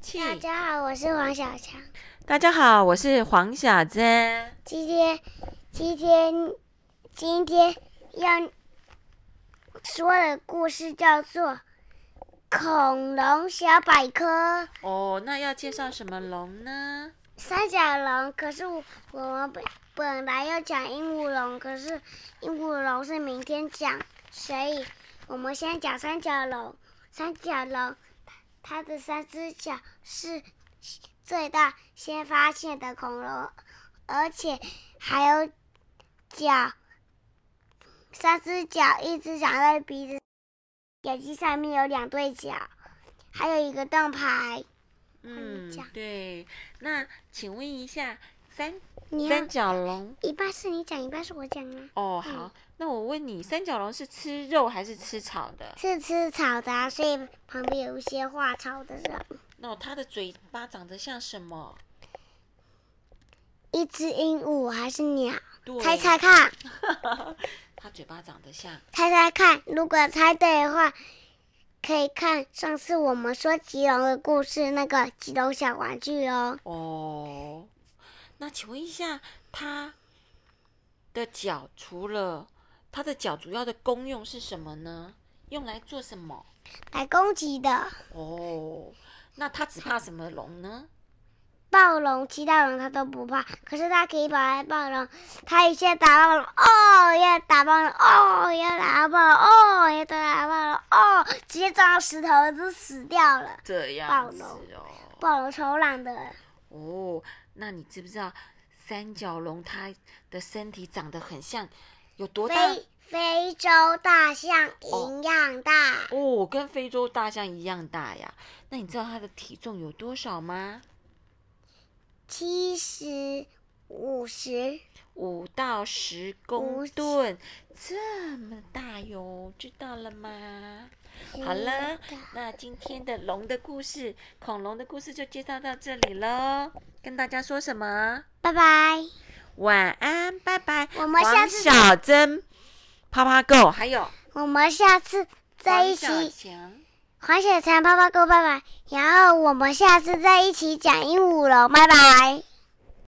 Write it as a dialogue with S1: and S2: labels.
S1: 气。
S2: 大家好，我是黄小强。
S1: 大家好，我是黄小珍。
S2: 今天，今天，今天要说的故事叫做《恐龙小百科》。
S1: 哦，那要介绍什么龙呢？
S2: 三角龙，可是我我们本本来要讲鹦鹉龙，可是鹦鹉龙是明天讲，所以嗯我们先讲三角龙。三角龙，它的三只脚是最大先发现的恐龙，而且还有脚，三只脚，一只长在鼻子、眼睛上面有两对角，还有一个盾牌。
S1: 嗯
S2: 你讲，
S1: 对。那请问一下，三
S2: 你要
S1: 三角龙？
S2: 一半是你讲，一半是我讲啊。
S1: 哦，好。那我问你，三角龙是吃肉还是吃草的？
S2: 是吃草的啊、所以旁边有一些画草的人，
S1: 那、它的嘴巴长得像什么？
S2: 一只鹦鹉还是鸟？
S1: 对，
S2: 猜猜看，
S1: 它嘴巴长得像
S2: 猜猜看，如果猜对的话，可以看上次我们说吉隆的故事那个吉隆小玩具哦。
S1: 哦。那请问一下，它的脚除了它的脚主要的功用是什么呢？用来做什么？
S2: 来攻击的
S1: 哦，那它只怕什么龙呢？
S2: 暴龙、七大龙它都不怕，可是它可以保来暴龙，它一下打暴龙，哦，要打暴龙，哦，要打暴龙，哦，要打暴龙，哦，直接撞到石头就死掉了。
S1: 这
S2: 暴
S1: 样子
S2: 龙
S1: 哦。
S2: 暴龙超懒的。
S1: 哦，那你知不知道三角龙它的身体长得很像有多大？
S2: 非非洲大象一样大，
S1: 哦，跟非洲大象一样大呀。那你知道它的体重有多少吗？
S2: 七十五十
S1: 五到十公吨，这么大哟，知道了吗？好了，那今天的龙的故事，恐龙的故事就介绍到这里喽。跟大家说什么？
S2: 拜拜。
S1: 晚安，拜拜。
S2: 我们下次
S1: 黄小珍、啪啪狗，还有
S2: 我们下次在
S1: 黄
S2: 一起
S1: 小强
S2: 黄雪蝉泡泡哥拜拜，然后我们下次在一起讲鹦鹉龙，拜拜。